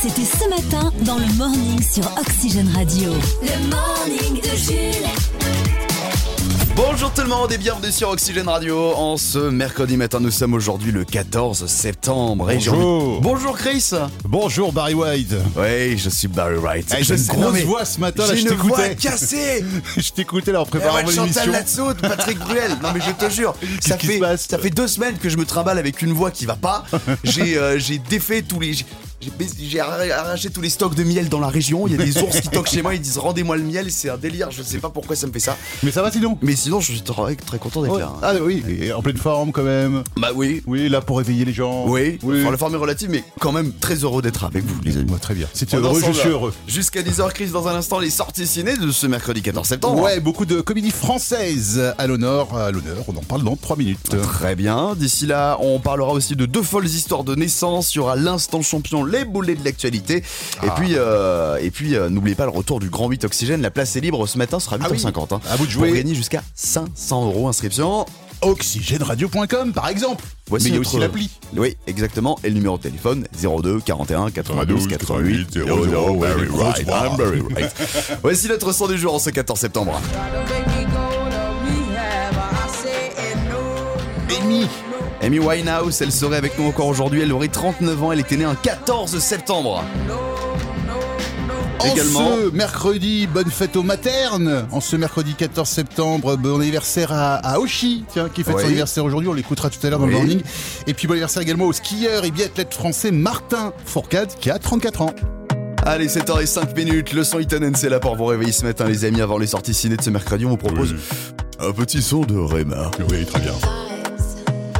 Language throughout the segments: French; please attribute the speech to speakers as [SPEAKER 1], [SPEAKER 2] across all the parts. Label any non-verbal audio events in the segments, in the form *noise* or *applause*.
[SPEAKER 1] C'était ce matin dans le morning sur Oxygène Radio. Le morning de Jules.
[SPEAKER 2] Bonjour tout le monde et bienvenue sur Oxygène Radio. En ce mercredi matin, nous sommes aujourd'hui le 14 septembre.
[SPEAKER 3] Bonjour.
[SPEAKER 2] Et Bonjour Chris.
[SPEAKER 3] Bonjour Barry White.
[SPEAKER 2] Oui, je suis Barry White.
[SPEAKER 3] Hey, J'ai une grosse mais... voix ce matin. Là,
[SPEAKER 2] J'ai
[SPEAKER 3] je
[SPEAKER 2] une voix
[SPEAKER 3] t'écoutais.
[SPEAKER 2] *laughs* cassée.
[SPEAKER 3] *laughs* je t'écoutais là en préparant
[SPEAKER 2] Eh ouais,
[SPEAKER 3] l'émission.
[SPEAKER 2] Chantal Latsou, Patrick Bruel. Non mais je te jure, ça
[SPEAKER 3] qui se
[SPEAKER 2] fait
[SPEAKER 3] passe
[SPEAKER 2] ça fait deux semaines que je me trimballe avec une voix qui va *laughs* pas. J'ai euh, j'ai défait tous les j'ai- j'ai bais- j'ai arra- arraché tous les stocks de miel dans la région. Il y a des ours qui toquent chez moi, ils disent rendez-moi le miel, c'est un délire. Je sais pas pourquoi ça me fait ça.
[SPEAKER 3] Mais ça va sinon
[SPEAKER 2] Mais sinon, je suis très, très content d'être
[SPEAKER 3] Ouais.
[SPEAKER 2] là. hein.
[SPEAKER 3] Ah oui, et en pleine forme quand même.
[SPEAKER 2] Bah oui.
[SPEAKER 3] Oui, là pour réveiller les gens.
[SPEAKER 2] Oui,
[SPEAKER 3] oui.
[SPEAKER 2] Enfin, la forme est relative, mais quand même très heureux d'être avec vous, les amis.
[SPEAKER 3] Moi, très bien. Si tu es
[SPEAKER 2] On est
[SPEAKER 3] heureux, je
[SPEAKER 2] ensemble,
[SPEAKER 3] suis
[SPEAKER 2] là.
[SPEAKER 3] heureux.
[SPEAKER 2] Jusqu'à 10h, Chris, dans un instant, les sorties ciné de ce mercredi 14 septembre.
[SPEAKER 3] Ouais, beaucoup de comédies françaises à l'honneur, à l'honneur. On en parle dans 3 minutes.
[SPEAKER 2] Très bien. D'ici là, on parlera aussi de deux folles histoires de naissance. Il y aura l'instant champion, les boulets de l'actualité. Et puis, euh, et puis, euh, n'oubliez pas le retour du Grand 8 Oxygène. La place est libre ce matin, ce sera 8h50. hein.
[SPEAKER 3] À vous de
[SPEAKER 2] Pour
[SPEAKER 3] jouer.
[SPEAKER 2] gagner jusqu'à 500 euros inscription.
[SPEAKER 3] Oxygèneradio.com par exemple.
[SPEAKER 2] Voici
[SPEAKER 3] Mais il y a
[SPEAKER 2] notre-
[SPEAKER 3] aussi l'appli.
[SPEAKER 2] Oui, exactement. Et le numéro de téléphone 02 41 92 88 00. Barry White. I'm Barry White.
[SPEAKER 3] *laughs*
[SPEAKER 2] Voici notre son du jour en ce 14 septembre.
[SPEAKER 3] Amy.
[SPEAKER 2] Amy Winehouse, elle serait avec nous encore aujourd'hui. Elle aurait 39 ans. Elle était née un 14 septembre. Également.
[SPEAKER 3] En ce mercredi, bonne fête aux maternes. En ce mercredi 14 septembre, bon anniversaire à, à Oshi, tiens, qui fête
[SPEAKER 2] Oui.
[SPEAKER 3] son anniversaire aujourd'hui. On l'écoutera tout à l'heure dans le
[SPEAKER 2] Oui.
[SPEAKER 3] morning. Et puis bon anniversaire également au skieur et biathlète français Martin Fourcade, qui a 34 ans.
[SPEAKER 2] Allez, 7h05 minutes, le son Itonen, c'est là pour vous réveiller ce matin, les amis. Avant les sorties ciné de ce mercredi, on vous propose un petit son de Rema.
[SPEAKER 3] Oui, très bien.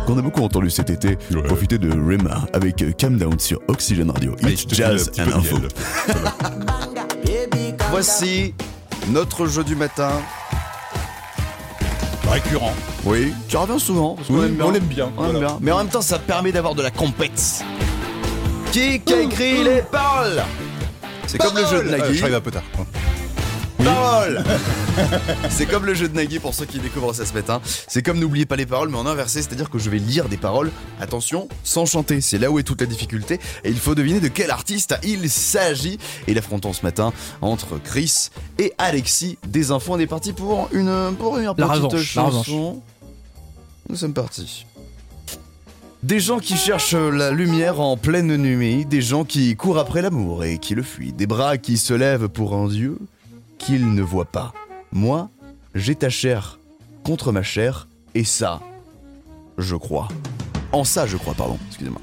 [SPEAKER 2] Qu'on a beaucoup entendu cet été.
[SPEAKER 3] Ouais.
[SPEAKER 2] Profitez de Rema avec euh, Calm Down sur Oxygen Radio. It's jazz and info. Voici notre jeu du matin.
[SPEAKER 3] Récurrent.
[SPEAKER 2] Oui, qui revient souvent. parce qu'on
[SPEAKER 3] Oui,
[SPEAKER 2] aime bien.
[SPEAKER 3] on l'aime bien,
[SPEAKER 2] On aime
[SPEAKER 3] voilà.
[SPEAKER 2] bien. Mais en même temps, ça permet d'avoir de la compète. Qui qui a écrit les paroles C'est comme le jeu de
[SPEAKER 3] Euh,
[SPEAKER 2] Nagui.
[SPEAKER 3] je arrive un peu tard.
[SPEAKER 2] Paroles *laughs* C'est comme le jeu de Nagui pour ceux qui découvrent ça ce matin. C'est comme n'oubliez pas les paroles mais en inversé, c'est-à-dire que je vais lire des paroles, attention, sans chanter. C'est là où est toute la difficulté et il faut deviner de quel artiste il s'agit. Et l'affrontant ce matin entre Chris et Alexis des infos. On est parti pour une pour une petite
[SPEAKER 4] revanche, la
[SPEAKER 2] chanson. Nous sommes partis. Des gens qui cherchent la lumière en pleine nuit, des gens qui courent après l'amour et qui le fuient, des bras qui se lèvent pour un dieu qu'il ne voit pas. Moi, j'ai ta chair contre ma chair, et ça, je crois. En ça, je crois, pardon, excusez-moi.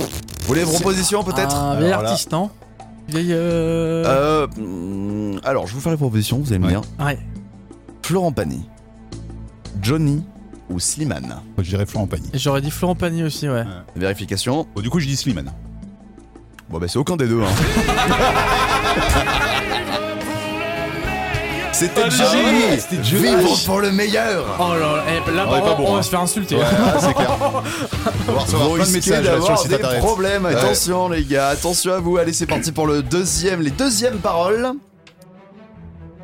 [SPEAKER 2] Vous voulez une proposition peut-être
[SPEAKER 4] Un vieil
[SPEAKER 3] Alors là-
[SPEAKER 4] artiste, non Vieil. Euh...
[SPEAKER 2] euh, mm, Alors, je vais vous faire les propositions, vous allez me
[SPEAKER 3] Ouais.
[SPEAKER 2] dire.
[SPEAKER 4] Ouais.
[SPEAKER 2] Florent Pagny, Johnny ou Slimane
[SPEAKER 3] Je dirais Florent Pagny.
[SPEAKER 4] Et J'aurais dit Florent Pagny aussi, ouais.
[SPEAKER 2] Vérification.
[SPEAKER 3] Bon, du coup, je dis Slimane.
[SPEAKER 2] Bon, bah, c'est aucun des deux,
[SPEAKER 3] *laughs*
[SPEAKER 2] hein. C'était Johnny
[SPEAKER 3] c'était Johnny.
[SPEAKER 2] Vivre pour le meilleur
[SPEAKER 4] Oh là là, eh, là
[SPEAKER 3] On est pas
[SPEAKER 4] par contre,
[SPEAKER 3] bon,
[SPEAKER 4] on
[SPEAKER 3] hein.
[SPEAKER 4] va se faire insulter.
[SPEAKER 3] c'est *laughs* clair. On va recevoir
[SPEAKER 2] Vous
[SPEAKER 3] plein de
[SPEAKER 2] risquez
[SPEAKER 3] messages là, sur le
[SPEAKER 2] d'avoir
[SPEAKER 3] site
[SPEAKER 2] des
[SPEAKER 3] internet.
[SPEAKER 2] problèmes.
[SPEAKER 3] Ouais.
[SPEAKER 2] Attention les gars, attention à vous. Allez, c'est parti pour le deuxième, les deuxièmes paroles.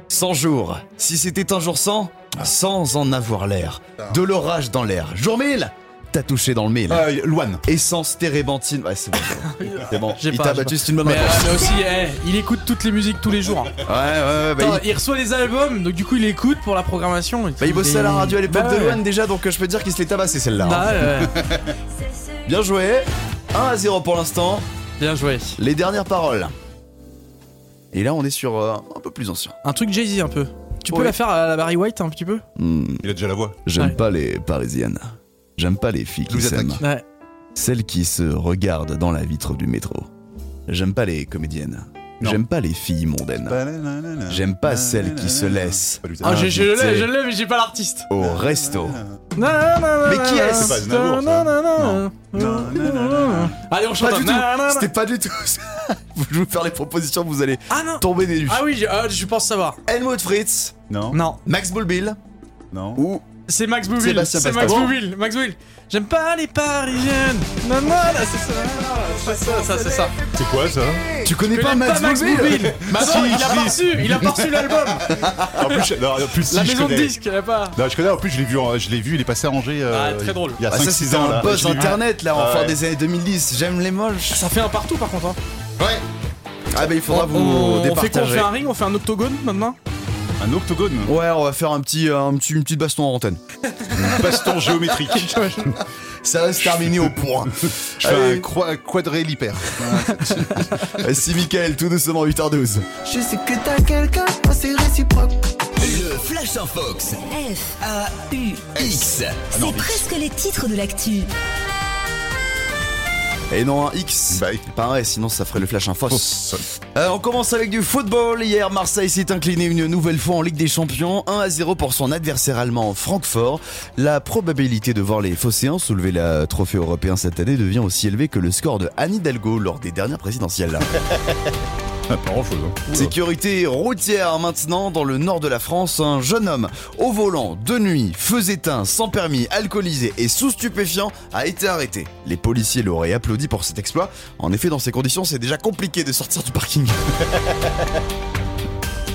[SPEAKER 2] 100 jours. Si c'était un jour sans, sans en avoir l'air. De l'orage dans l'air. Jour 1000, t'as touché dans le mille.
[SPEAKER 3] Euh, Loane.
[SPEAKER 2] Essence térébenthine. Ouais,
[SPEAKER 3] *laughs*
[SPEAKER 2] c'est bon. c'est bon. C'est bon.
[SPEAKER 4] J'ai
[SPEAKER 2] Il
[SPEAKER 4] pas,
[SPEAKER 2] t'a
[SPEAKER 4] j'ai
[SPEAKER 2] battu, c'est une bonne *laughs*
[SPEAKER 4] Mais, euh,
[SPEAKER 2] réponse.
[SPEAKER 4] mais aussi, eh, il écoute toutes les musiques tous les jours. hein.
[SPEAKER 3] euh,
[SPEAKER 2] Ouais, ouais, ouais. bah,
[SPEAKER 4] Attends,
[SPEAKER 2] il...
[SPEAKER 4] il... reçoit les albums, donc du coup il écoute pour la programmation.
[SPEAKER 2] bah, il bossait à la radio à l'époque
[SPEAKER 4] Bah,
[SPEAKER 2] de
[SPEAKER 4] ouais.
[SPEAKER 2] Loan déjà, donc euh, je peux dire qu'il se l'est tabassé celle-là. hein.
[SPEAKER 4] Bah, ouais,
[SPEAKER 2] *laughs*
[SPEAKER 4] ouais.
[SPEAKER 2] Bien joué. 1 à 0 pour l'instant.
[SPEAKER 4] bien joué.
[SPEAKER 2] Les dernières paroles. Et là, on est sur euh, un peu plus ancien.
[SPEAKER 4] Un truc Jay-Z un peu. Tu peux
[SPEAKER 2] Ouais.
[SPEAKER 4] la faire à la Barry White un petit peu
[SPEAKER 2] Hmm.
[SPEAKER 3] Il a déjà la voix.
[SPEAKER 2] J'aime
[SPEAKER 4] Ouais.
[SPEAKER 2] pas les parisiennes. J'aime pas les filles qui
[SPEAKER 3] Louise
[SPEAKER 2] s'aiment.
[SPEAKER 3] attaque.
[SPEAKER 4] Ouais.
[SPEAKER 2] Celles qui se regardent dans la vitre du métro. J'aime pas les comédiennes.
[SPEAKER 3] Non.
[SPEAKER 2] J'aime pas les filles mondaines. J'aime pas celles qui se laissent.
[SPEAKER 3] Pas Louise
[SPEAKER 4] Ah,
[SPEAKER 3] Attaque.
[SPEAKER 4] je, je
[SPEAKER 2] invité.
[SPEAKER 4] l'ai, Ah, je l'ai, mais j'ai pas l'artiste.
[SPEAKER 2] Au resto.
[SPEAKER 4] Non, non, non, non,
[SPEAKER 2] Mais qui est-ce
[SPEAKER 4] non, non,
[SPEAKER 2] C'est
[SPEAKER 3] pas Aznavour, ça.
[SPEAKER 4] non, non, non,
[SPEAKER 3] Non, non, non, non.
[SPEAKER 4] Allez, on chante. un- Ah, Non, non, non.
[SPEAKER 2] C'était pas du tout. ça. *laughs* je vais vous faire les propositions, vous allez
[SPEAKER 4] Ah non
[SPEAKER 2] tomber des nues.
[SPEAKER 4] Ah oui, je, euh, je pense savoir.
[SPEAKER 2] Helmut Fritz,
[SPEAKER 3] Non.
[SPEAKER 4] Non,
[SPEAKER 2] Max Boulbil
[SPEAKER 3] Non.
[SPEAKER 2] ou
[SPEAKER 4] c'est Max Bouville.
[SPEAKER 2] Sébastien
[SPEAKER 4] C'est Max
[SPEAKER 2] Pascal.
[SPEAKER 4] Bouville. Max Bouville. J'aime pas les Parisiennes. Non, non, là, c'est ça. C'est ça, ça, c'est ça.
[SPEAKER 3] C'est quoi ça
[SPEAKER 2] Tu connais
[SPEAKER 4] Je
[SPEAKER 2] pas
[SPEAKER 4] l'aime
[SPEAKER 2] Max, Boulbil
[SPEAKER 3] *laughs*
[SPEAKER 4] Bah
[SPEAKER 3] Si,
[SPEAKER 4] non, il a
[SPEAKER 3] si.
[SPEAKER 4] pas reçu, il a pas reçu l'album.
[SPEAKER 3] En plus, je- non, en plus, *laughs* si,
[SPEAKER 4] La
[SPEAKER 3] je
[SPEAKER 4] maison de
[SPEAKER 3] connais.
[SPEAKER 4] disques, il a pas.
[SPEAKER 3] Non, je connais, en plus, je l'ai vu, en- je l'ai vu, il est passé à Angers. euh,
[SPEAKER 4] Ah, très drôle.
[SPEAKER 3] Il y a
[SPEAKER 2] Ah, ça
[SPEAKER 3] 5-6
[SPEAKER 2] c'était
[SPEAKER 3] ans. là.
[SPEAKER 2] un buzz
[SPEAKER 3] Je l'ai vu.
[SPEAKER 2] internet là, en
[SPEAKER 3] Ah,
[SPEAKER 2] fin
[SPEAKER 3] ouais.
[SPEAKER 2] des années 2010. J'aime les moches.
[SPEAKER 4] Ça fait un partout par contre. hein.
[SPEAKER 3] Ouais.
[SPEAKER 2] Ah bah il faudra
[SPEAKER 4] On-
[SPEAKER 2] vous
[SPEAKER 4] on, on fait quoi On
[SPEAKER 2] départager.
[SPEAKER 4] fait un ring On fait un octogone maintenant
[SPEAKER 5] Un octogone
[SPEAKER 3] *laughs*
[SPEAKER 2] Ouais, on va faire un petit, euh, un petit, une petite baston en antenne.
[SPEAKER 5] Passe-temps géométrique.
[SPEAKER 2] Ça va se terminer
[SPEAKER 3] *laughs*
[SPEAKER 2] au point.
[SPEAKER 3] Je *laughs* fais
[SPEAKER 2] Allez.
[SPEAKER 3] un croi- quadrélipère. *laughs*
[SPEAKER 2] *laughs* C'est Michael, tout doucement 8h12.
[SPEAKER 6] Je sais que t'as quelqu'un, moi c'est réciproque.
[SPEAKER 7] Le Flash en Fox.
[SPEAKER 1] F,
[SPEAKER 7] X.
[SPEAKER 1] c'est presque les titres de l'actu.
[SPEAKER 2] Et non, un X.
[SPEAKER 3] Bah oui.
[SPEAKER 2] Pareil, sinon ça ferait le flash infos. Euh, on commence avec du football. Hier, Marseille s'est incliné une nouvelle fois en Ligue des Champions, 1 à 0 pour son adversaire allemand Francfort. La probabilité de voir les Phocéens soulever la trophée européen cette année devient aussi élevée que le score de Anne Hidalgo lors des dernières présidentielles.
[SPEAKER 5] Ah, pas grand chose.
[SPEAKER 3] hein.
[SPEAKER 2] Sécurité routière maintenant dans le nord de la France. Un jeune homme au volant de nuit, feu éteint, sans permis, alcoolisé et sous stupéfiant a été arrêté. Les policiers l'auraient applaudi pour cet exploit. En effet, dans ces conditions, c'est déjà compliqué de sortir du parking. *laughs*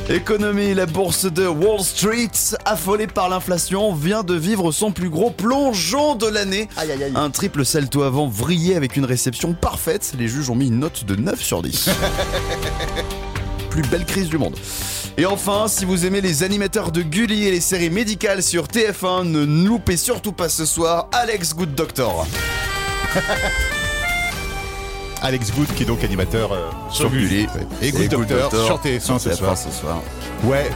[SPEAKER 2] Économie, la bourse de Wall Street, affolée par l'inflation, vient de vivre son plus gros plongeon de l'année.
[SPEAKER 3] Aïe aïe aïe.
[SPEAKER 2] Un triple salto avant vrillé avec une réception parfaite. Les juges ont mis une note de 9 sur 10. Plus belle crise du monde. Et enfin, si vous aimez les animateurs de Gulli et les séries médicales sur TF1, ne loupez surtout pas ce soir Alex Good Doctor.
[SPEAKER 5] Alex Good, qui est donc animateur euh, sur
[SPEAKER 2] Gulli.
[SPEAKER 3] Et Good Doctor sur TF1 ce soir.
[SPEAKER 2] ce soir.
[SPEAKER 5] Ouais,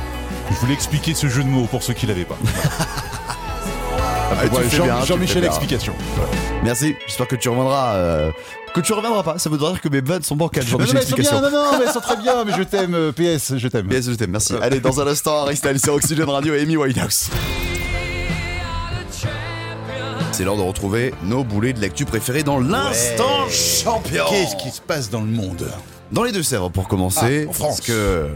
[SPEAKER 5] je voulais expliquer ce jeu de mots pour ceux qui l'avaient
[SPEAKER 3] *laughs*
[SPEAKER 5] pas.
[SPEAKER 2] Ah, tu
[SPEAKER 5] Ouais,
[SPEAKER 2] fais
[SPEAKER 5] Jean-
[SPEAKER 2] bien, tu fais
[SPEAKER 5] Jean-Michel
[SPEAKER 2] bien.
[SPEAKER 5] explication.
[SPEAKER 2] Merci, j'espère que tu reviendras. euh, Que tu reviendras pas, ça voudrait dire que mes vannes sont bancales,
[SPEAKER 3] Non, non,
[SPEAKER 2] Jean-Michel
[SPEAKER 3] mais elles sont bien,
[SPEAKER 2] Explication.
[SPEAKER 3] non, non, mais elles sont très bien, mais *laughs* je t'aime, euh, PS, je t'aime.
[SPEAKER 2] Yes, je t'aime, merci. Allez, dans un instant, Aristal, c'est Oxygène Radio et Amy Winehouse. C'est l'heure de retrouver nos boulets de l'actu préférés dans l'instant champion.
[SPEAKER 3] Qu'est-ce qui se passe dans le *laughs* monde
[SPEAKER 2] Dans les Deux-Sèvres pour commencer,
[SPEAKER 3] Ah, en France.
[SPEAKER 2] parce que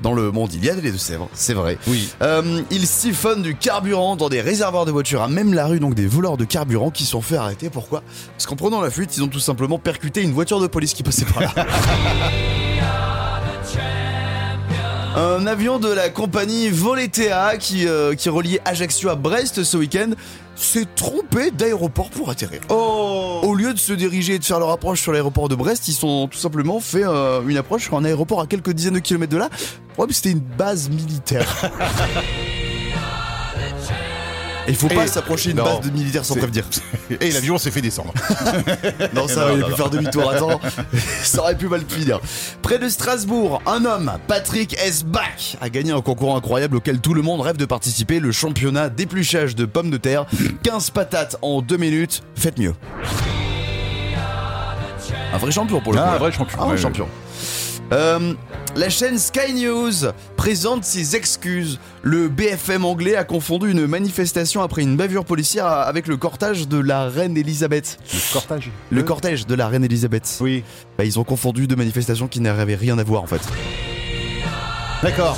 [SPEAKER 2] dans le monde il y a des Deux-Sèvres, c'est vrai.
[SPEAKER 3] Oui.
[SPEAKER 2] Euh, ils siphonnent du carburant dans des réservoirs de voitures, à même la rue, donc des voleurs de carburant qui se sont fait arrêter. Pourquoi Parce qu'en prenant la fuite, ils ont tout simplement percuté une voiture de police qui passait par là. Un avion de la compagnie Voletea qui, euh, qui reliait Ajaccio à Brest ce week-end s'est trompé d'aéroport pour atterrir.
[SPEAKER 3] Oh.
[SPEAKER 2] Au lieu de se diriger et de faire leur approche sur l'aéroport de Brest, ils sont tout simplement fait euh, une approche sur un aéroport à quelques dizaines de kilomètres de là. Le problème, c'était une base
[SPEAKER 3] *laughs*
[SPEAKER 2] militaire. Il faut pas
[SPEAKER 3] Et-
[SPEAKER 2] s'approcher d'une
[SPEAKER 3] non.
[SPEAKER 2] base de militaire sans
[SPEAKER 3] C'est-
[SPEAKER 2] prévenir.
[SPEAKER 3] Et Eh, l'avion s'est fait descendre.
[SPEAKER 2] Non, ça, il a
[SPEAKER 5] Non, non,
[SPEAKER 2] pu
[SPEAKER 5] non.
[SPEAKER 2] faire demi-tour. Attends, *laughs* ça aurait pu mal finir. Près de Strasbourg, un homme, Patrick S. Bach, a gagné un concours incroyable auquel tout le monde rêve de participer le championnat d'épluchage de pommes de terre. 15 patates en 2 minutes, faites mieux. Un vrai champion pour le coup.
[SPEAKER 5] Ah,
[SPEAKER 2] là.
[SPEAKER 5] un vrai champion.
[SPEAKER 2] Ah,
[SPEAKER 5] ouais,
[SPEAKER 2] un
[SPEAKER 5] ouais.
[SPEAKER 2] champion. Euh, la chaîne Sky News présente ses excuses. Le BFM anglais a confondu une manifestation après une bavure policière avec le cortège de la reine Elisabeth.
[SPEAKER 3] Le cortège.
[SPEAKER 2] Le cortège de la reine Elisabeth.
[SPEAKER 3] Oui.
[SPEAKER 2] Bah, ils ont confondu deux manifestations qui n'avaient rien à voir en fait.
[SPEAKER 3] D'accord.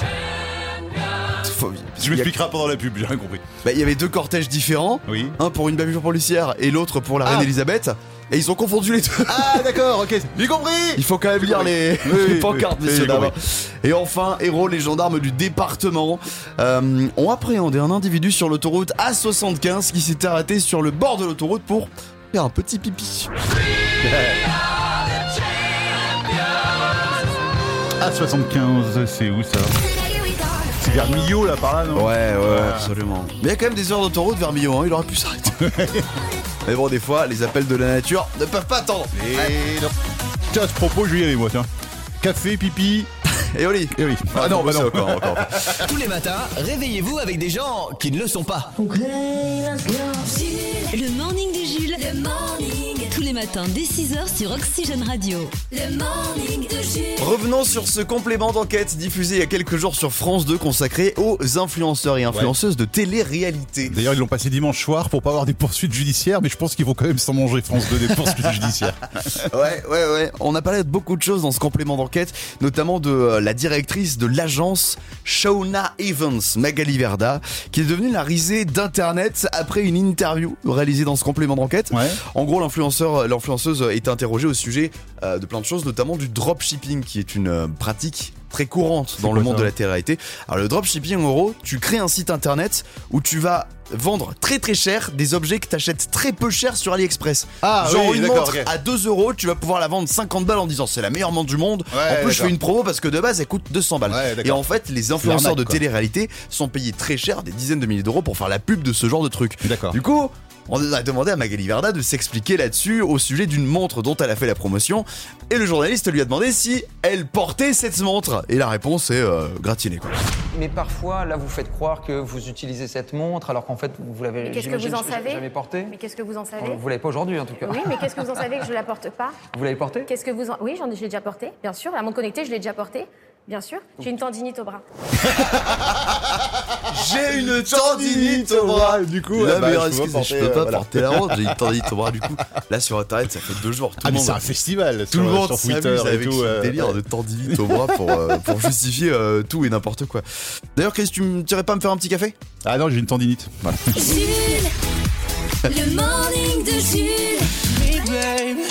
[SPEAKER 2] Faut-
[SPEAKER 5] Tu
[SPEAKER 2] Il y a-
[SPEAKER 5] m'expliqueras pendant la pub, j'ai rien compris.
[SPEAKER 2] bah, il y avait deux cortèges différents,
[SPEAKER 5] Oui.
[SPEAKER 2] un pour une bavure policière et l'autre pour la reine
[SPEAKER 3] Ah.
[SPEAKER 2] Elisabeth, et ils ont confondu les deux.
[SPEAKER 3] Ah, d'accord, ok. J'ai compris
[SPEAKER 2] *laughs* Il faut quand même lire les, *laughs* les
[SPEAKER 3] oui,
[SPEAKER 2] pancartes,
[SPEAKER 3] oui,
[SPEAKER 2] messieurs,
[SPEAKER 3] j'ai compris.
[SPEAKER 2] dames. Et enfin, héros, les gendarmes du département euh, ont appréhendé un individu sur l'autoroute A75 qui s'est arrêté sur le bord de l'autoroute pour faire un petit pipi.
[SPEAKER 5] A75, c'est où ça C'est vers Millau, là, par là, non
[SPEAKER 2] ouais, absolument. Mais il y a quand même des heures d'autoroute vers Millau, hein, il aurait pu *laughs* s'arrêter. Mais bon, des fois, les appels de la nature ne peuvent pas attendre.
[SPEAKER 3] Et non.
[SPEAKER 5] Tiens, à ce propos, je vais y aller, moi, tiens. Café, pipi.
[SPEAKER 2] Et Oli
[SPEAKER 5] Eh oui. Ah non, bah
[SPEAKER 2] C'est
[SPEAKER 5] non.
[SPEAKER 2] encore, encore.
[SPEAKER 7] Tous les matins, réveillez-vous avec des gens qui ne le sont pas.
[SPEAKER 1] Jules, le morning de Jules, le morning. Tous les matins dès 6h sur Oxygène Radio. Le morning de Jules.
[SPEAKER 2] Revenons sur ce complément d'enquête diffusé il y a quelques jours sur France 2 consacré aux influenceurs et influenceuses de télé-réalité.
[SPEAKER 3] D'ailleurs, ils l'ont passé dimanche soir pour pas avoir des poursuites judiciaires, mais je pense qu'ils vont quand même s'en manger, France 2,
[SPEAKER 2] *laughs*
[SPEAKER 3] des poursuites judiciaires.
[SPEAKER 2] Ouais, ouais, ouais. On a parlé de beaucoup de choses dans ce complément d'enquête, notamment de euh, la directrice de l'agence Shauna Evans, Magali Verda, qui est devenue la risée d'Internet après une interview réalisée dans ce complément d'enquête.
[SPEAKER 3] Ouais.
[SPEAKER 2] En gros, l'influenceur, l'influenceuse est interrogée au sujet euh, de plein de choses, notamment du dropshipping, qui est une euh, pratique très courante dans le
[SPEAKER 5] quoi
[SPEAKER 2] monde
[SPEAKER 5] ça
[SPEAKER 2] de la télé-réalité. Alors le dropshipping, en gros, tu crées un site internet où tu vas vendre très très cher des objets que t'achètes très peu cher sur AliExpress.
[SPEAKER 3] Ah,
[SPEAKER 2] Genre
[SPEAKER 3] oui,
[SPEAKER 2] une
[SPEAKER 3] d'accord,
[SPEAKER 2] montre
[SPEAKER 3] ok.
[SPEAKER 2] à 2 euros, tu vas pouvoir la vendre 50 balles en disant c'est la meilleure montre du monde.
[SPEAKER 3] Ouais,
[SPEAKER 2] en plus, je
[SPEAKER 3] d'accord.
[SPEAKER 2] fais une promo parce que de base, elle coûte 200 balles.
[SPEAKER 3] Ouais, d'accord.
[SPEAKER 2] Et en fait, les influenceurs
[SPEAKER 3] l'arnaque,
[SPEAKER 2] de
[SPEAKER 3] quoi.
[SPEAKER 2] télé-réalité sont payés très cher, des dizaines de milliers d'euros pour faire la pub de ce genre de truc.
[SPEAKER 3] D'accord.
[SPEAKER 2] Du coup, on a demandé à Magali Verda de s'expliquer là-dessus au sujet d'une montre dont elle a fait la promotion. Et le journaliste lui a demandé si elle portait cette montre. Et la réponse est euh, gratinée, quoi.
[SPEAKER 8] Mais parfois, là, vous faites croire que vous utilisez cette montre alors qu'en fait, vous l'avez
[SPEAKER 9] Mais qu'est-ce que
[SPEAKER 8] j'imagine,
[SPEAKER 9] vous en
[SPEAKER 8] j-
[SPEAKER 9] savez
[SPEAKER 8] jamais portée.
[SPEAKER 9] Mais qu'est-ce que vous en savez
[SPEAKER 8] Vous l'avez pas aujourd'hui, en tout cas.
[SPEAKER 9] Oui, mais qu'est-ce que vous en savez que je la porte pas
[SPEAKER 8] Vous l'avez portée
[SPEAKER 9] Qu'est-ce que vous en... Oui, j'en ai, je l'ai déjà portée, bien sûr. La montre connectée, je l'ai déjà portée, bien sûr. J'ai une tendinite au bras.
[SPEAKER 2] J'ai une tendinite au bras, du coup.
[SPEAKER 3] ah
[SPEAKER 2] La
[SPEAKER 3] bah,
[SPEAKER 2] meilleure
[SPEAKER 3] je peux
[SPEAKER 2] excuse,
[SPEAKER 3] pas
[SPEAKER 2] c'est je
[SPEAKER 3] porter,
[SPEAKER 2] peux pas
[SPEAKER 3] euh, voilà.
[SPEAKER 2] porter la montre, j'ai une tendinite au bras, du coup. Là, sur internet, ça fait deux jours. Tout
[SPEAKER 3] Ah,
[SPEAKER 2] le
[SPEAKER 3] mais
[SPEAKER 2] monde
[SPEAKER 3] c'est un festival.
[SPEAKER 2] Tout le
[SPEAKER 3] sur-
[SPEAKER 2] monde
[SPEAKER 3] sur
[SPEAKER 2] s'amuse
[SPEAKER 3] Twitter et
[SPEAKER 2] avec
[SPEAKER 3] tout.
[SPEAKER 2] ce
[SPEAKER 3] euh,
[SPEAKER 2] délire de tendinite au bras pour, euh,
[SPEAKER 3] *laughs*
[SPEAKER 2] pour justifier euh, tout et n'importe quoi. D'ailleurs, Chris, tu me tirais pas me faire un petit café
[SPEAKER 5] Ah non, j'ai une tendinite. Voilà.
[SPEAKER 1] Jules. Le morning de Jules.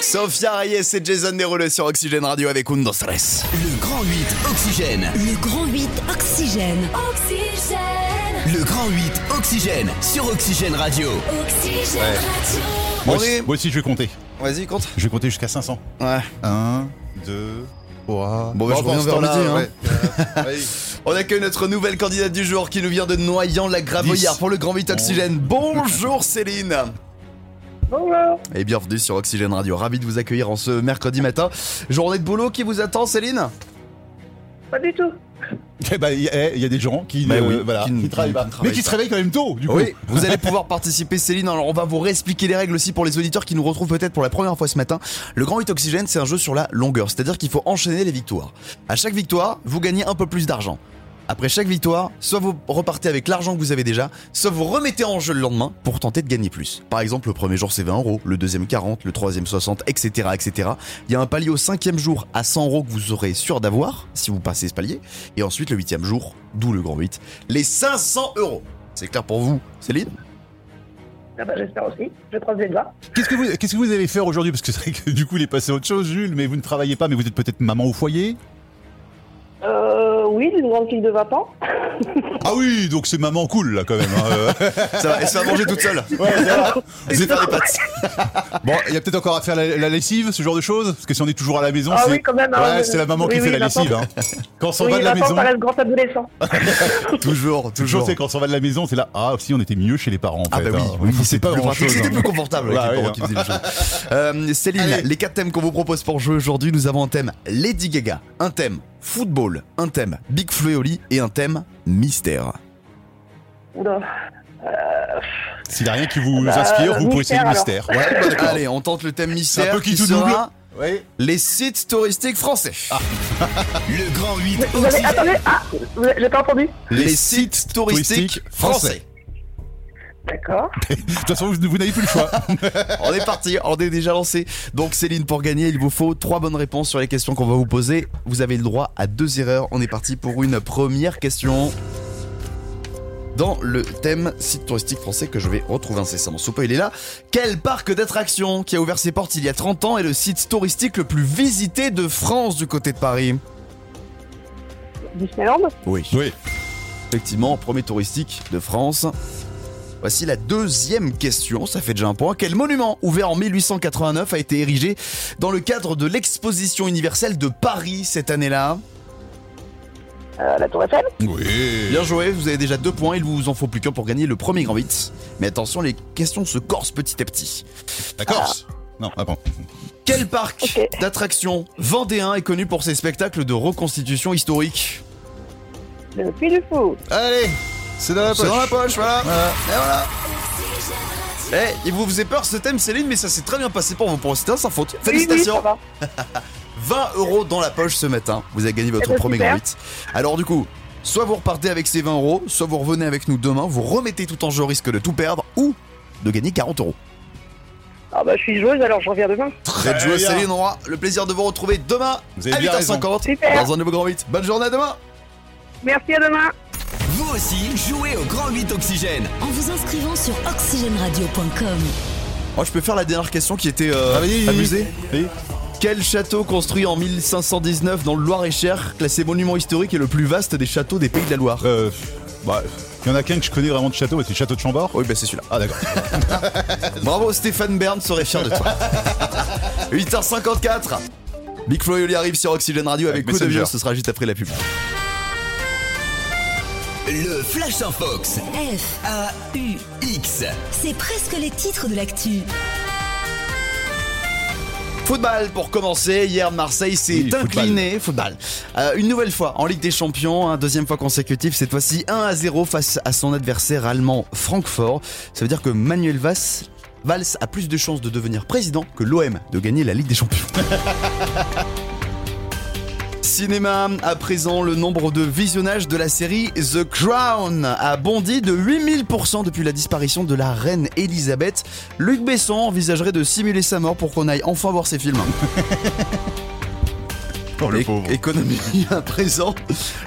[SPEAKER 2] Sophia Reyes et Jason Derulo sur Oxygène Radio avec Undo Stress.
[SPEAKER 7] Le Grand 8 Oxygène.
[SPEAKER 1] Le grand 8 oxygène. Oxygène.
[SPEAKER 7] Le Grand 8 Oxygène sur Oxygène Radio.
[SPEAKER 1] Oxygène Radio.
[SPEAKER 5] Moi
[SPEAKER 2] On est-
[SPEAKER 5] aussi, moi aussi, je vais compter.
[SPEAKER 2] Vas-y, compte.
[SPEAKER 5] Je vais compter jusqu'à 500.
[SPEAKER 2] Ouais.
[SPEAKER 5] 1, 2, 3.
[SPEAKER 2] Bon, bah, je reviens vers midi, hein. *laughs*
[SPEAKER 3] ouais.
[SPEAKER 2] On accueille notre nouvelle candidate du jour qui nous vient de Noyant la Gravoyère
[SPEAKER 5] Dix.
[SPEAKER 2] pour le Grand 8 Oxygène. Bonjour Céline
[SPEAKER 10] Bonjour.
[SPEAKER 2] Et bienvenue sur Oxygène Radio. Ravi de vous accueillir en ce mercredi matin. Journée de boulot qui vous attend Céline
[SPEAKER 10] Pas du tout.
[SPEAKER 5] Eh ben, Il y, a- il y a des gens qui,
[SPEAKER 2] Bah
[SPEAKER 5] euh,
[SPEAKER 2] oui,
[SPEAKER 5] voilà,
[SPEAKER 2] qui
[SPEAKER 5] qui,
[SPEAKER 2] ne-
[SPEAKER 5] travaillent
[SPEAKER 2] qui
[SPEAKER 5] pas.
[SPEAKER 2] ne
[SPEAKER 5] mais
[SPEAKER 2] travaillent
[SPEAKER 5] qui
[SPEAKER 2] pas.
[SPEAKER 5] se réveillent quand même tôt, du coup.
[SPEAKER 2] Oui, vous allez pouvoir participer Céline. Alors on va vous réexpliquer les règles aussi pour les auditeurs qui nous retrouvent peut-être pour la première fois ce matin. Le Grand 8 Oxygène, c'est un jeu sur la longueur, c'est-à-dire qu'il faut enchaîner les victoires. À chaque victoire, vous gagnez un peu plus d'argent. Après chaque victoire, soit vous repartez avec l'argent que vous avez déjà, soit vous remettez en jeu le lendemain pour tenter de gagner plus. Par exemple, le premier jour c'est 20 euros, le deuxième 40, le troisième 60, etc., etc. Il y a un palier au cinquième jour à 100 euros que vous aurez sûr d'avoir si vous passez ce palier, et ensuite le huitième jour, d'où le grand 8, les 500 euros. C'est clair pour vous, Céline
[SPEAKER 10] Ah bah, j'espère aussi. Je croise les doigts.
[SPEAKER 5] Qu'est-ce que vous, qu'est-ce que vous allez faire aujourd'hui Parce que c'est vrai que du coup, il est passé à autre chose, Jules. Mais vous ne travaillez pas, mais vous êtes peut-être maman au foyer.
[SPEAKER 10] Euh, oui, une grande fille de 20 ans.
[SPEAKER 5] Ah oui, donc c'est maman cool là quand même. hein, *laughs* euh.
[SPEAKER 2] Ça va, elle se fait à manger toute seule. *laughs*
[SPEAKER 5] Vous êtes- Bon, il y a peut-être encore à faire la, la lessive, ce genre de choses, parce que si on est toujours à la maison,
[SPEAKER 10] Ah
[SPEAKER 5] c'est
[SPEAKER 10] oui, quand même, hein,
[SPEAKER 5] Ouais,
[SPEAKER 10] oui,
[SPEAKER 5] c'est la maman
[SPEAKER 10] oui,
[SPEAKER 5] qui
[SPEAKER 10] oui,
[SPEAKER 5] fait la
[SPEAKER 10] maintenant.
[SPEAKER 5] lessive. hein.
[SPEAKER 10] *laughs*
[SPEAKER 5] Quand on s'en
[SPEAKER 10] oui,
[SPEAKER 5] va de la
[SPEAKER 10] 20 ans,
[SPEAKER 5] maison,
[SPEAKER 10] ça reste grand adolescent.
[SPEAKER 2] toujours,
[SPEAKER 5] toujours
[SPEAKER 2] toujours.
[SPEAKER 5] c'est quand on s'en va de la maison, c'est là. Ah, si on était mieux chez les parents. En
[SPEAKER 2] Ah
[SPEAKER 5] fait,
[SPEAKER 2] bah oui,
[SPEAKER 5] hein.
[SPEAKER 2] oui,
[SPEAKER 5] On
[SPEAKER 2] c'est
[SPEAKER 5] fait
[SPEAKER 2] pas
[SPEAKER 5] pas
[SPEAKER 2] plus
[SPEAKER 5] grand chose.
[SPEAKER 2] pratique, C'était plus confortable avec
[SPEAKER 5] Bah
[SPEAKER 2] les
[SPEAKER 5] oui,
[SPEAKER 2] parents
[SPEAKER 5] hein.
[SPEAKER 2] qui faisaient le jeu. Euh, Céline, les quatre thèmes qu'on vous propose pour jouer aujourd'hui, nous avons un thème Lady Gaga, un thème football, un thème Big Flo et Oli et un thème mystère.
[SPEAKER 10] Non.
[SPEAKER 5] S'il n'y a rien qui vous
[SPEAKER 10] Bah,
[SPEAKER 5] inspire, vous pouvez essayer
[SPEAKER 10] mystère,
[SPEAKER 5] le
[SPEAKER 10] alors.
[SPEAKER 5] mystère. hein. Ouais.
[SPEAKER 2] Allez, on tente le thème
[SPEAKER 5] Ah, C'est un
[SPEAKER 2] mystère
[SPEAKER 5] peu qui
[SPEAKER 2] qui
[SPEAKER 5] tout Ah.
[SPEAKER 2] sera
[SPEAKER 5] Ouais.
[SPEAKER 2] les sites touristiques français.
[SPEAKER 7] Le Grand 8
[SPEAKER 10] Vous avez... Attendez, ah, vous avez- j'ai pas entendu.
[SPEAKER 2] les sites touristiques
[SPEAKER 5] touristiques
[SPEAKER 2] français.
[SPEAKER 10] D'accord.
[SPEAKER 5] De toute façon, vous, vous n'avez plus le choix.
[SPEAKER 2] On est parti, on est déjà lancé. Donc Céline, pour gagner, il vous faut trois bonnes réponses sur les questions qu'on va vous poser. Vous avez le droit à deux erreurs. On est parti pour une première question. Dans le thème site touristique français que je vais retrouver incessamment sous peu, il est là. Quel parc d'attractions qui a ouvert ses portes il y a 30 ans est le site touristique le plus visité de France du côté de Paris
[SPEAKER 10] Disneyland.
[SPEAKER 2] Oui.
[SPEAKER 5] Oui.
[SPEAKER 2] Effectivement, premier touristique de France. Voici la deuxième question, ça fait déjà un point. Quel monument, ouvert en 1889, a été érigé dans le cadre de l'exposition universelle de Paris cette année-là
[SPEAKER 10] Euh, la Tour Eiffel.
[SPEAKER 5] Oui.
[SPEAKER 2] Bien joué, vous avez déjà deux points, il vous en faut plus qu'un pour gagner le premier grand 8. Mais attention, les questions se corsent petit à petit.
[SPEAKER 5] La
[SPEAKER 2] Ah.
[SPEAKER 5] Corse. Non, attends.
[SPEAKER 2] Quel parc
[SPEAKER 10] Ok.
[SPEAKER 2] d'attractions vendéen est connu pour ses spectacles de reconstitution historique
[SPEAKER 10] Le Puy du Fou.
[SPEAKER 2] Allez,
[SPEAKER 3] C'est dans la
[SPEAKER 2] C'est
[SPEAKER 3] poche.
[SPEAKER 2] dans la poche, voilà. Et voilà. Eh, il vous faisait peur ce thème, Céline, mais ça s'est très bien passé pour vous. Pour c'était sans faute. Félicitations.
[SPEAKER 10] Oui, oui, ça va.
[SPEAKER 2] 20 euros dans la poche ce matin. Vous avez gagné votre
[SPEAKER 10] Eh ben,
[SPEAKER 2] premier
[SPEAKER 10] super.
[SPEAKER 2] grand 8. Alors, du coup, soit vous repartez avec ces 20 euros, soit vous revenez avec nous demain, vous remettez tout en jeu au risque de tout perdre ou de gagner 40 euros.
[SPEAKER 10] Ah bah, je suis joueuse, alors je reviens demain.
[SPEAKER 2] Très joué,
[SPEAKER 5] bien.
[SPEAKER 2] Céline Roy. Le plaisir de vous retrouver demain
[SPEAKER 5] Vous avez
[SPEAKER 2] à
[SPEAKER 5] bien
[SPEAKER 2] 8h50
[SPEAKER 10] Super.
[SPEAKER 2] dans un nouveau grand 8. Bonne journée à demain.
[SPEAKER 10] Merci, à demain.
[SPEAKER 7] Vous aussi, jouez au Grand 8 Oxygène.
[SPEAKER 1] En vous inscrivant sur oxygèneradio.com.
[SPEAKER 2] Oh, je peux faire la dernière question qui était euh,
[SPEAKER 5] Ah, vas-y, vas-y, vas-y.
[SPEAKER 2] amusée.
[SPEAKER 5] Vas-y.
[SPEAKER 2] Quel château construit en 1519 dans le Loir-et-Cher, classé monument historique et le plus vaste des châteaux des Pays de la Loire
[SPEAKER 5] Euh, bah, il y en a qu'un que je connais vraiment de château, c'est le château de Chambord.
[SPEAKER 2] Oui, bah c'est celui-là.
[SPEAKER 5] Ah d'accord.
[SPEAKER 2] *laughs* Bravo Stéphane Bern, serait fier de *laughs* toi. 8h54 Big Flo et Oli arrive sur Oxygène Radio avec
[SPEAKER 5] Avec
[SPEAKER 2] coup de
[SPEAKER 5] Messenger.
[SPEAKER 2] vieux, ce sera juste après la pub.
[SPEAKER 7] Le Flash en Fox.
[SPEAKER 1] F,
[SPEAKER 7] A-U-X.
[SPEAKER 1] c'est presque les titres de l'actu.
[SPEAKER 2] Football pour commencer. Hier, Marseille s'est
[SPEAKER 5] Oui, football.
[SPEAKER 2] incliné. Football. Euh, une nouvelle fois en Ligue des Champions, hein, deuxième fois consécutive, cette fois-ci 1 à 0 face à son adversaire allemand Francfort. Ça veut dire que Manuel Valls. Valls a plus de chances de devenir président que l'OM de gagner la Ligue des Champions. *laughs* Cinéma, à présent, le nombre de visionnages de la série The Crown a bondi de 8000% depuis la disparition de la reine Elisabeth. Luc Besson envisagerait de simuler sa mort pour qu'on aille enfin voir ses films.
[SPEAKER 5] Oh, le
[SPEAKER 2] Éc-
[SPEAKER 5] pauvre.
[SPEAKER 2] Économie *laughs* à présent.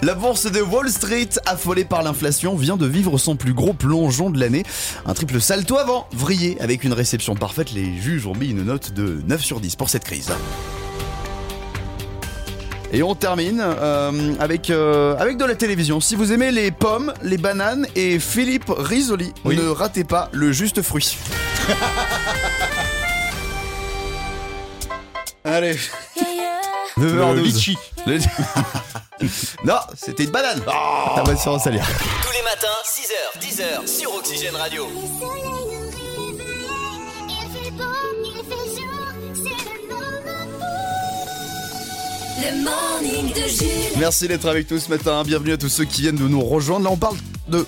[SPEAKER 2] La bourse de Wall Street, affolée par l'inflation, vient de vivre son plus gros plongeon de l'année. Un triple salto avant, vrillé. Avec une réception parfaite, les juges ont mis une note de 9 sur 10 pour cette crise. Et on termine euh, avec, euh, avec de la télévision. Si vous aimez les pommes, les bananes et Philippe Risoli,
[SPEAKER 5] Oui.
[SPEAKER 2] ne ratez pas le juste fruit. *laughs* Allez,
[SPEAKER 5] Le
[SPEAKER 2] 9h12.
[SPEAKER 5] litchi.
[SPEAKER 2] Le- *laughs* non, c'était une banane. T'as bonne séance à lire.
[SPEAKER 7] Tous les matins, 6h, 10h sur Oxygène Radio.
[SPEAKER 1] Le morning de Jules.
[SPEAKER 2] Merci d'être avec nous ce matin. Bienvenue à tous ceux qui viennent de nous rejoindre. Là, on parle de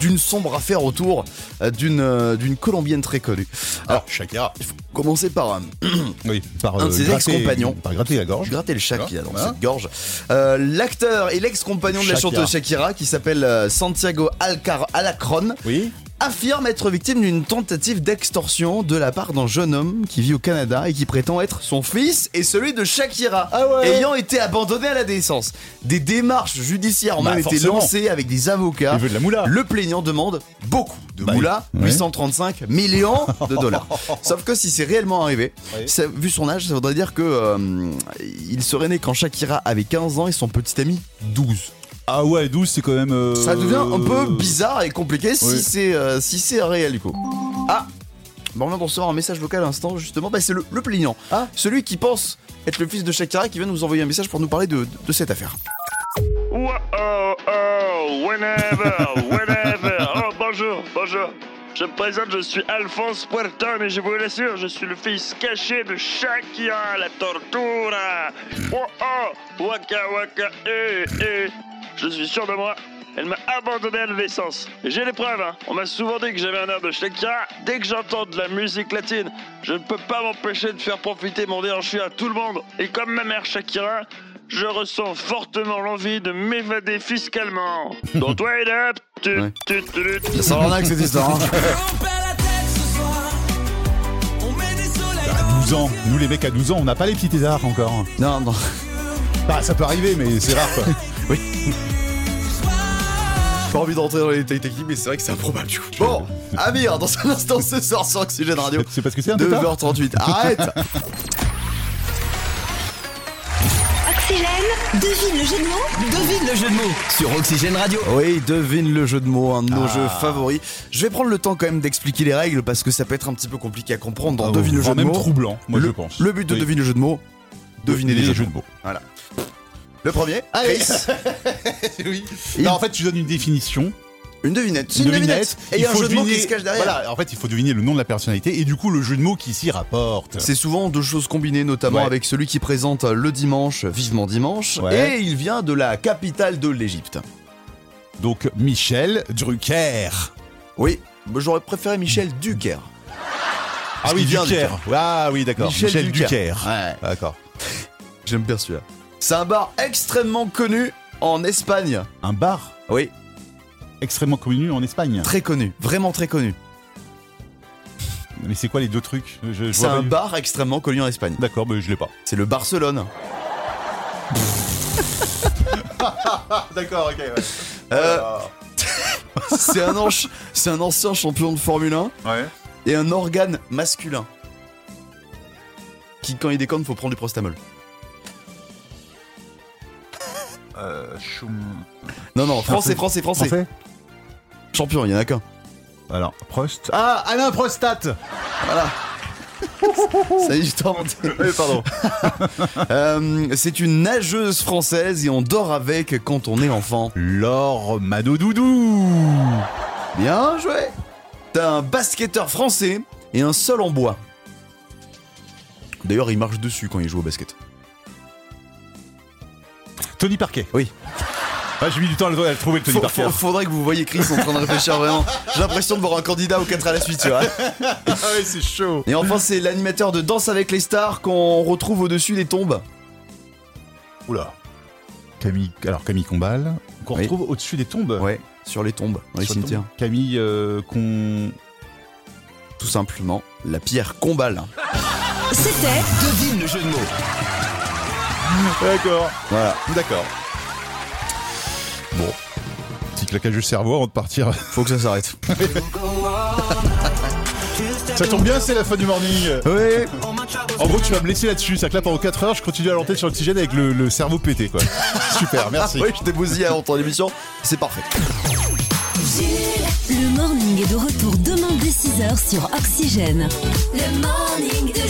[SPEAKER 2] d'une sombre affaire autour euh, d'une euh, d'une colombienne très connue. Alors,
[SPEAKER 5] Alors Chakira.
[SPEAKER 2] il faut commencer par euh,
[SPEAKER 5] Ah, Oui. Par euh,
[SPEAKER 2] Un de ses
[SPEAKER 5] gratter-
[SPEAKER 2] ex-compagnons.
[SPEAKER 5] Par gratter la gorge.
[SPEAKER 2] gratter le chat
[SPEAKER 5] Ah,
[SPEAKER 2] qu'il y a dans
[SPEAKER 5] voilà.
[SPEAKER 2] cette gorge. Euh, L'acteur et l'ex-compagnon de la
[SPEAKER 5] Shakira.
[SPEAKER 2] chanteuse Shakira, qui s'appelle euh, Santiago Alcar Alacron,
[SPEAKER 5] Oui.
[SPEAKER 2] affirme être victime d'une tentative d'extorsion de la part d'un jeune homme qui vit au Canada et qui prétend être son fils et celui de Shakira,
[SPEAKER 5] Ah ouais.
[SPEAKER 2] ayant été abandonné à la naissance. Des démarches judiciaires ont
[SPEAKER 5] Bah,
[SPEAKER 2] même été
[SPEAKER 5] forcément.
[SPEAKER 2] lancées avec des avocats.
[SPEAKER 5] Il veut de la moula.
[SPEAKER 2] Ah. Le plaignant demande beaucoup de
[SPEAKER 5] Bah oui.
[SPEAKER 2] moula,
[SPEAKER 5] Ouais.
[SPEAKER 2] 835 millions de dollars.
[SPEAKER 5] *laughs*
[SPEAKER 2] Sauf que si c'est réellement arrivé,
[SPEAKER 5] Ouais.
[SPEAKER 2] ça- vu son âge, ça voudrait dire que euh, il serait né quand Shakira avait 15 ans et son petit ami 12.
[SPEAKER 5] Ah ouais, 12 c'est quand même. euh,
[SPEAKER 2] Ça devient un peu bizarre et compliqué si
[SPEAKER 5] oui.
[SPEAKER 2] c'est euh, si c'est réel du coup. Ah Bon, on vient de recevoir un message vocal à l'instant, justement. Bah, c'est le, le plaignant.
[SPEAKER 5] Ah.
[SPEAKER 2] Celui qui pense être le fils de Shakira qui vient nous envoyer un message pour nous parler de, de cette affaire.
[SPEAKER 10] oh, oh, whenever, *laughs* whenever. Oh, bonjour, bonjour. Je me présente, je suis Alphonse Puerton et je vous l'assure, je suis le fils caché de Shakira, la tortura. Oh, oh, waka waka, eh, eh. Je suis sûr de moi, elle m'a abandonné à la naissance. Et J'ai les preuves, hein. On m'a souvent dit que j'avais un air de Shakira. Dès que j'entends de la musique latine, je ne peux pas m'empêcher de faire profiter mon déhanché à tout le monde. Et comme ma mère Shakira, je ressens fortement l'envie de m'évader fiscalement. Don't wait up tu,
[SPEAKER 2] Ouais.
[SPEAKER 10] tu, tu, tu, tu.
[SPEAKER 2] Ça en a que cette histoire.
[SPEAKER 5] hein. 12 ans. Nous les mecs à 12 ans, on n'a pas les petits tésards encore.
[SPEAKER 2] *laughs* Non, non.
[SPEAKER 5] Bah ça peut arriver, mais
[SPEAKER 2] *laughs*
[SPEAKER 5] c'est rare quoi.
[SPEAKER 2] Pas envie d'entrer dans les détails techniques, mais c'est vrai que c'est improbable du coup. Bon, Amir, dans un instant, ce soir sur Oxygène Radio.
[SPEAKER 5] C'est parce que c'est un peu tard.
[SPEAKER 2] 2h38.
[SPEAKER 5] *laughs*
[SPEAKER 2] Arrête
[SPEAKER 1] Oxygène, devine le jeu de mots.
[SPEAKER 7] Devine le jeu de mots sur Oxygène Radio.
[SPEAKER 2] Oui, devine le jeu de mots, un de
[SPEAKER 5] Ah.
[SPEAKER 2] nos jeux favoris. Je vais prendre le temps quand même d'expliquer les règles parce que ça peut être un petit peu compliqué à comprendre dans
[SPEAKER 5] Ah,
[SPEAKER 2] devine le
[SPEAKER 5] voire
[SPEAKER 2] jeu de
[SPEAKER 5] même
[SPEAKER 2] mots.
[SPEAKER 5] troublant, moi
[SPEAKER 2] le,
[SPEAKER 5] je pense.
[SPEAKER 2] Le but de
[SPEAKER 5] Oui.
[SPEAKER 2] devine le jeu de mots, deviner les, jeux. de mots.
[SPEAKER 5] mots.
[SPEAKER 2] Le premier, Chris,
[SPEAKER 5] oui.
[SPEAKER 2] Il-
[SPEAKER 5] Non, en fait, tu donnes une définition,
[SPEAKER 2] une devinette. C'est une devinette. Et il y a un
[SPEAKER 5] faut
[SPEAKER 2] jeu de mots qui
[SPEAKER 5] deviner-
[SPEAKER 2] se cache derrière.
[SPEAKER 5] Voilà, en fait, il faut deviner le nom de la personnalité et du coup le jeu de mots qui s'y rapporte.
[SPEAKER 2] C'est souvent deux choses combinées, notamment
[SPEAKER 5] Ouais.
[SPEAKER 2] avec celui qui présente le dimanche, vivement dimanche,
[SPEAKER 5] Ouais.
[SPEAKER 2] et il vient de la capitale de l'Égypte.
[SPEAKER 5] Donc Michel Drucker.
[SPEAKER 2] Ah Oui, j'aurais préféré Michel Duquer.
[SPEAKER 5] Ah oui,
[SPEAKER 2] qu'il vient
[SPEAKER 5] Drucker.
[SPEAKER 2] du
[SPEAKER 5] Ah oui, d'accord.
[SPEAKER 2] Michel
[SPEAKER 5] Michel,
[SPEAKER 2] Drucker.
[SPEAKER 5] Drucker.
[SPEAKER 2] Ouais.
[SPEAKER 5] D'accord.
[SPEAKER 2] Ah, J'aime bien celui-là. C'est un bar extrêmement connu en Espagne.
[SPEAKER 5] Un bar
[SPEAKER 2] Oui,
[SPEAKER 5] extrêmement connu en Espagne.
[SPEAKER 2] très connu, vraiment très connu.
[SPEAKER 5] Mais c'est quoi les deux trucs Je- je
[SPEAKER 2] C'est
[SPEAKER 5] vois Bah.
[SPEAKER 2] un
[SPEAKER 5] pas du-
[SPEAKER 2] bar extrêmement connu en Espagne.
[SPEAKER 5] D'accord, mais je l'ai pas.
[SPEAKER 2] C'est le Barcelone.
[SPEAKER 5] D'accord, ok.
[SPEAKER 2] Euh, *laughs* c'est un, anche- c'est un ancien champion de Formule 1
[SPEAKER 5] Ouais.
[SPEAKER 2] et un organe masculin. qui, quand il déconne, faut prendre du prostamol.
[SPEAKER 5] Euh, choum-
[SPEAKER 2] Non, non, français, français, français.
[SPEAKER 5] Français
[SPEAKER 2] Champion, il y en a qu'un.
[SPEAKER 5] Alors, Prost. Ah, Alain Prostate *laughs*
[SPEAKER 2] Ça y est, je t'ai inventé. pardon. *laughs* Euh, c'est une nageuse française et on dort avec quand on est enfant.
[SPEAKER 5] Laure Manodoudou
[SPEAKER 2] Bien joué. T'as un basketteur français et un sol en bois. D'ailleurs, il marche dessus quand il joue au basket.
[SPEAKER 5] Tony Parquet.
[SPEAKER 2] Oui.
[SPEAKER 5] Ah, j'ai mis du temps à le à le trouver, le Tony
[SPEAKER 2] Faut-
[SPEAKER 5] Parker.
[SPEAKER 2] faut- faudrait que vous voyiez Chris en train de réfléchir vraiment. J'ai l'impression de voir un candidat aux 4 à la suite, tu vois.
[SPEAKER 5] Ah ouais, c'est chaud.
[SPEAKER 2] Et enfin, c'est l'animateur de Danse avec les stars qu'on retrouve au-dessus des tombes.
[SPEAKER 5] Oula. Camille, alors Camille Combal, qu'on
[SPEAKER 2] Oui.
[SPEAKER 5] retrouve au-dessus des tombes.
[SPEAKER 2] Ouais, sur les tombes, dans les
[SPEAKER 5] Sur le tombe.
[SPEAKER 2] cimetières.
[SPEAKER 5] Camille, euh, qu'on.
[SPEAKER 2] Tout simplement, la pierre combale.
[SPEAKER 1] C'était
[SPEAKER 7] Devine le jeu de mots.
[SPEAKER 5] D'accord.
[SPEAKER 2] Voilà.
[SPEAKER 5] D'accord. Bon. Petit claquage du cerveau avant de partir.
[SPEAKER 2] Faut que ça s'arrête.
[SPEAKER 5] *laughs* Ça tombe bien, c'est la fin du morning.
[SPEAKER 2] Ouais.
[SPEAKER 5] En gros, tu vas me laisser là-dessus. C'est que là, pendant 4 heures, je continue à l'antenne sur l'oxygène avec le, le cerveau pété, *laughs* quoi. Super, merci.
[SPEAKER 2] *laughs* Oui, je t'ai bousillé avant ton émission. C'est parfait.
[SPEAKER 1] Jules. Le morning est de retour demain dès 6h sur Oxygène. Le morning de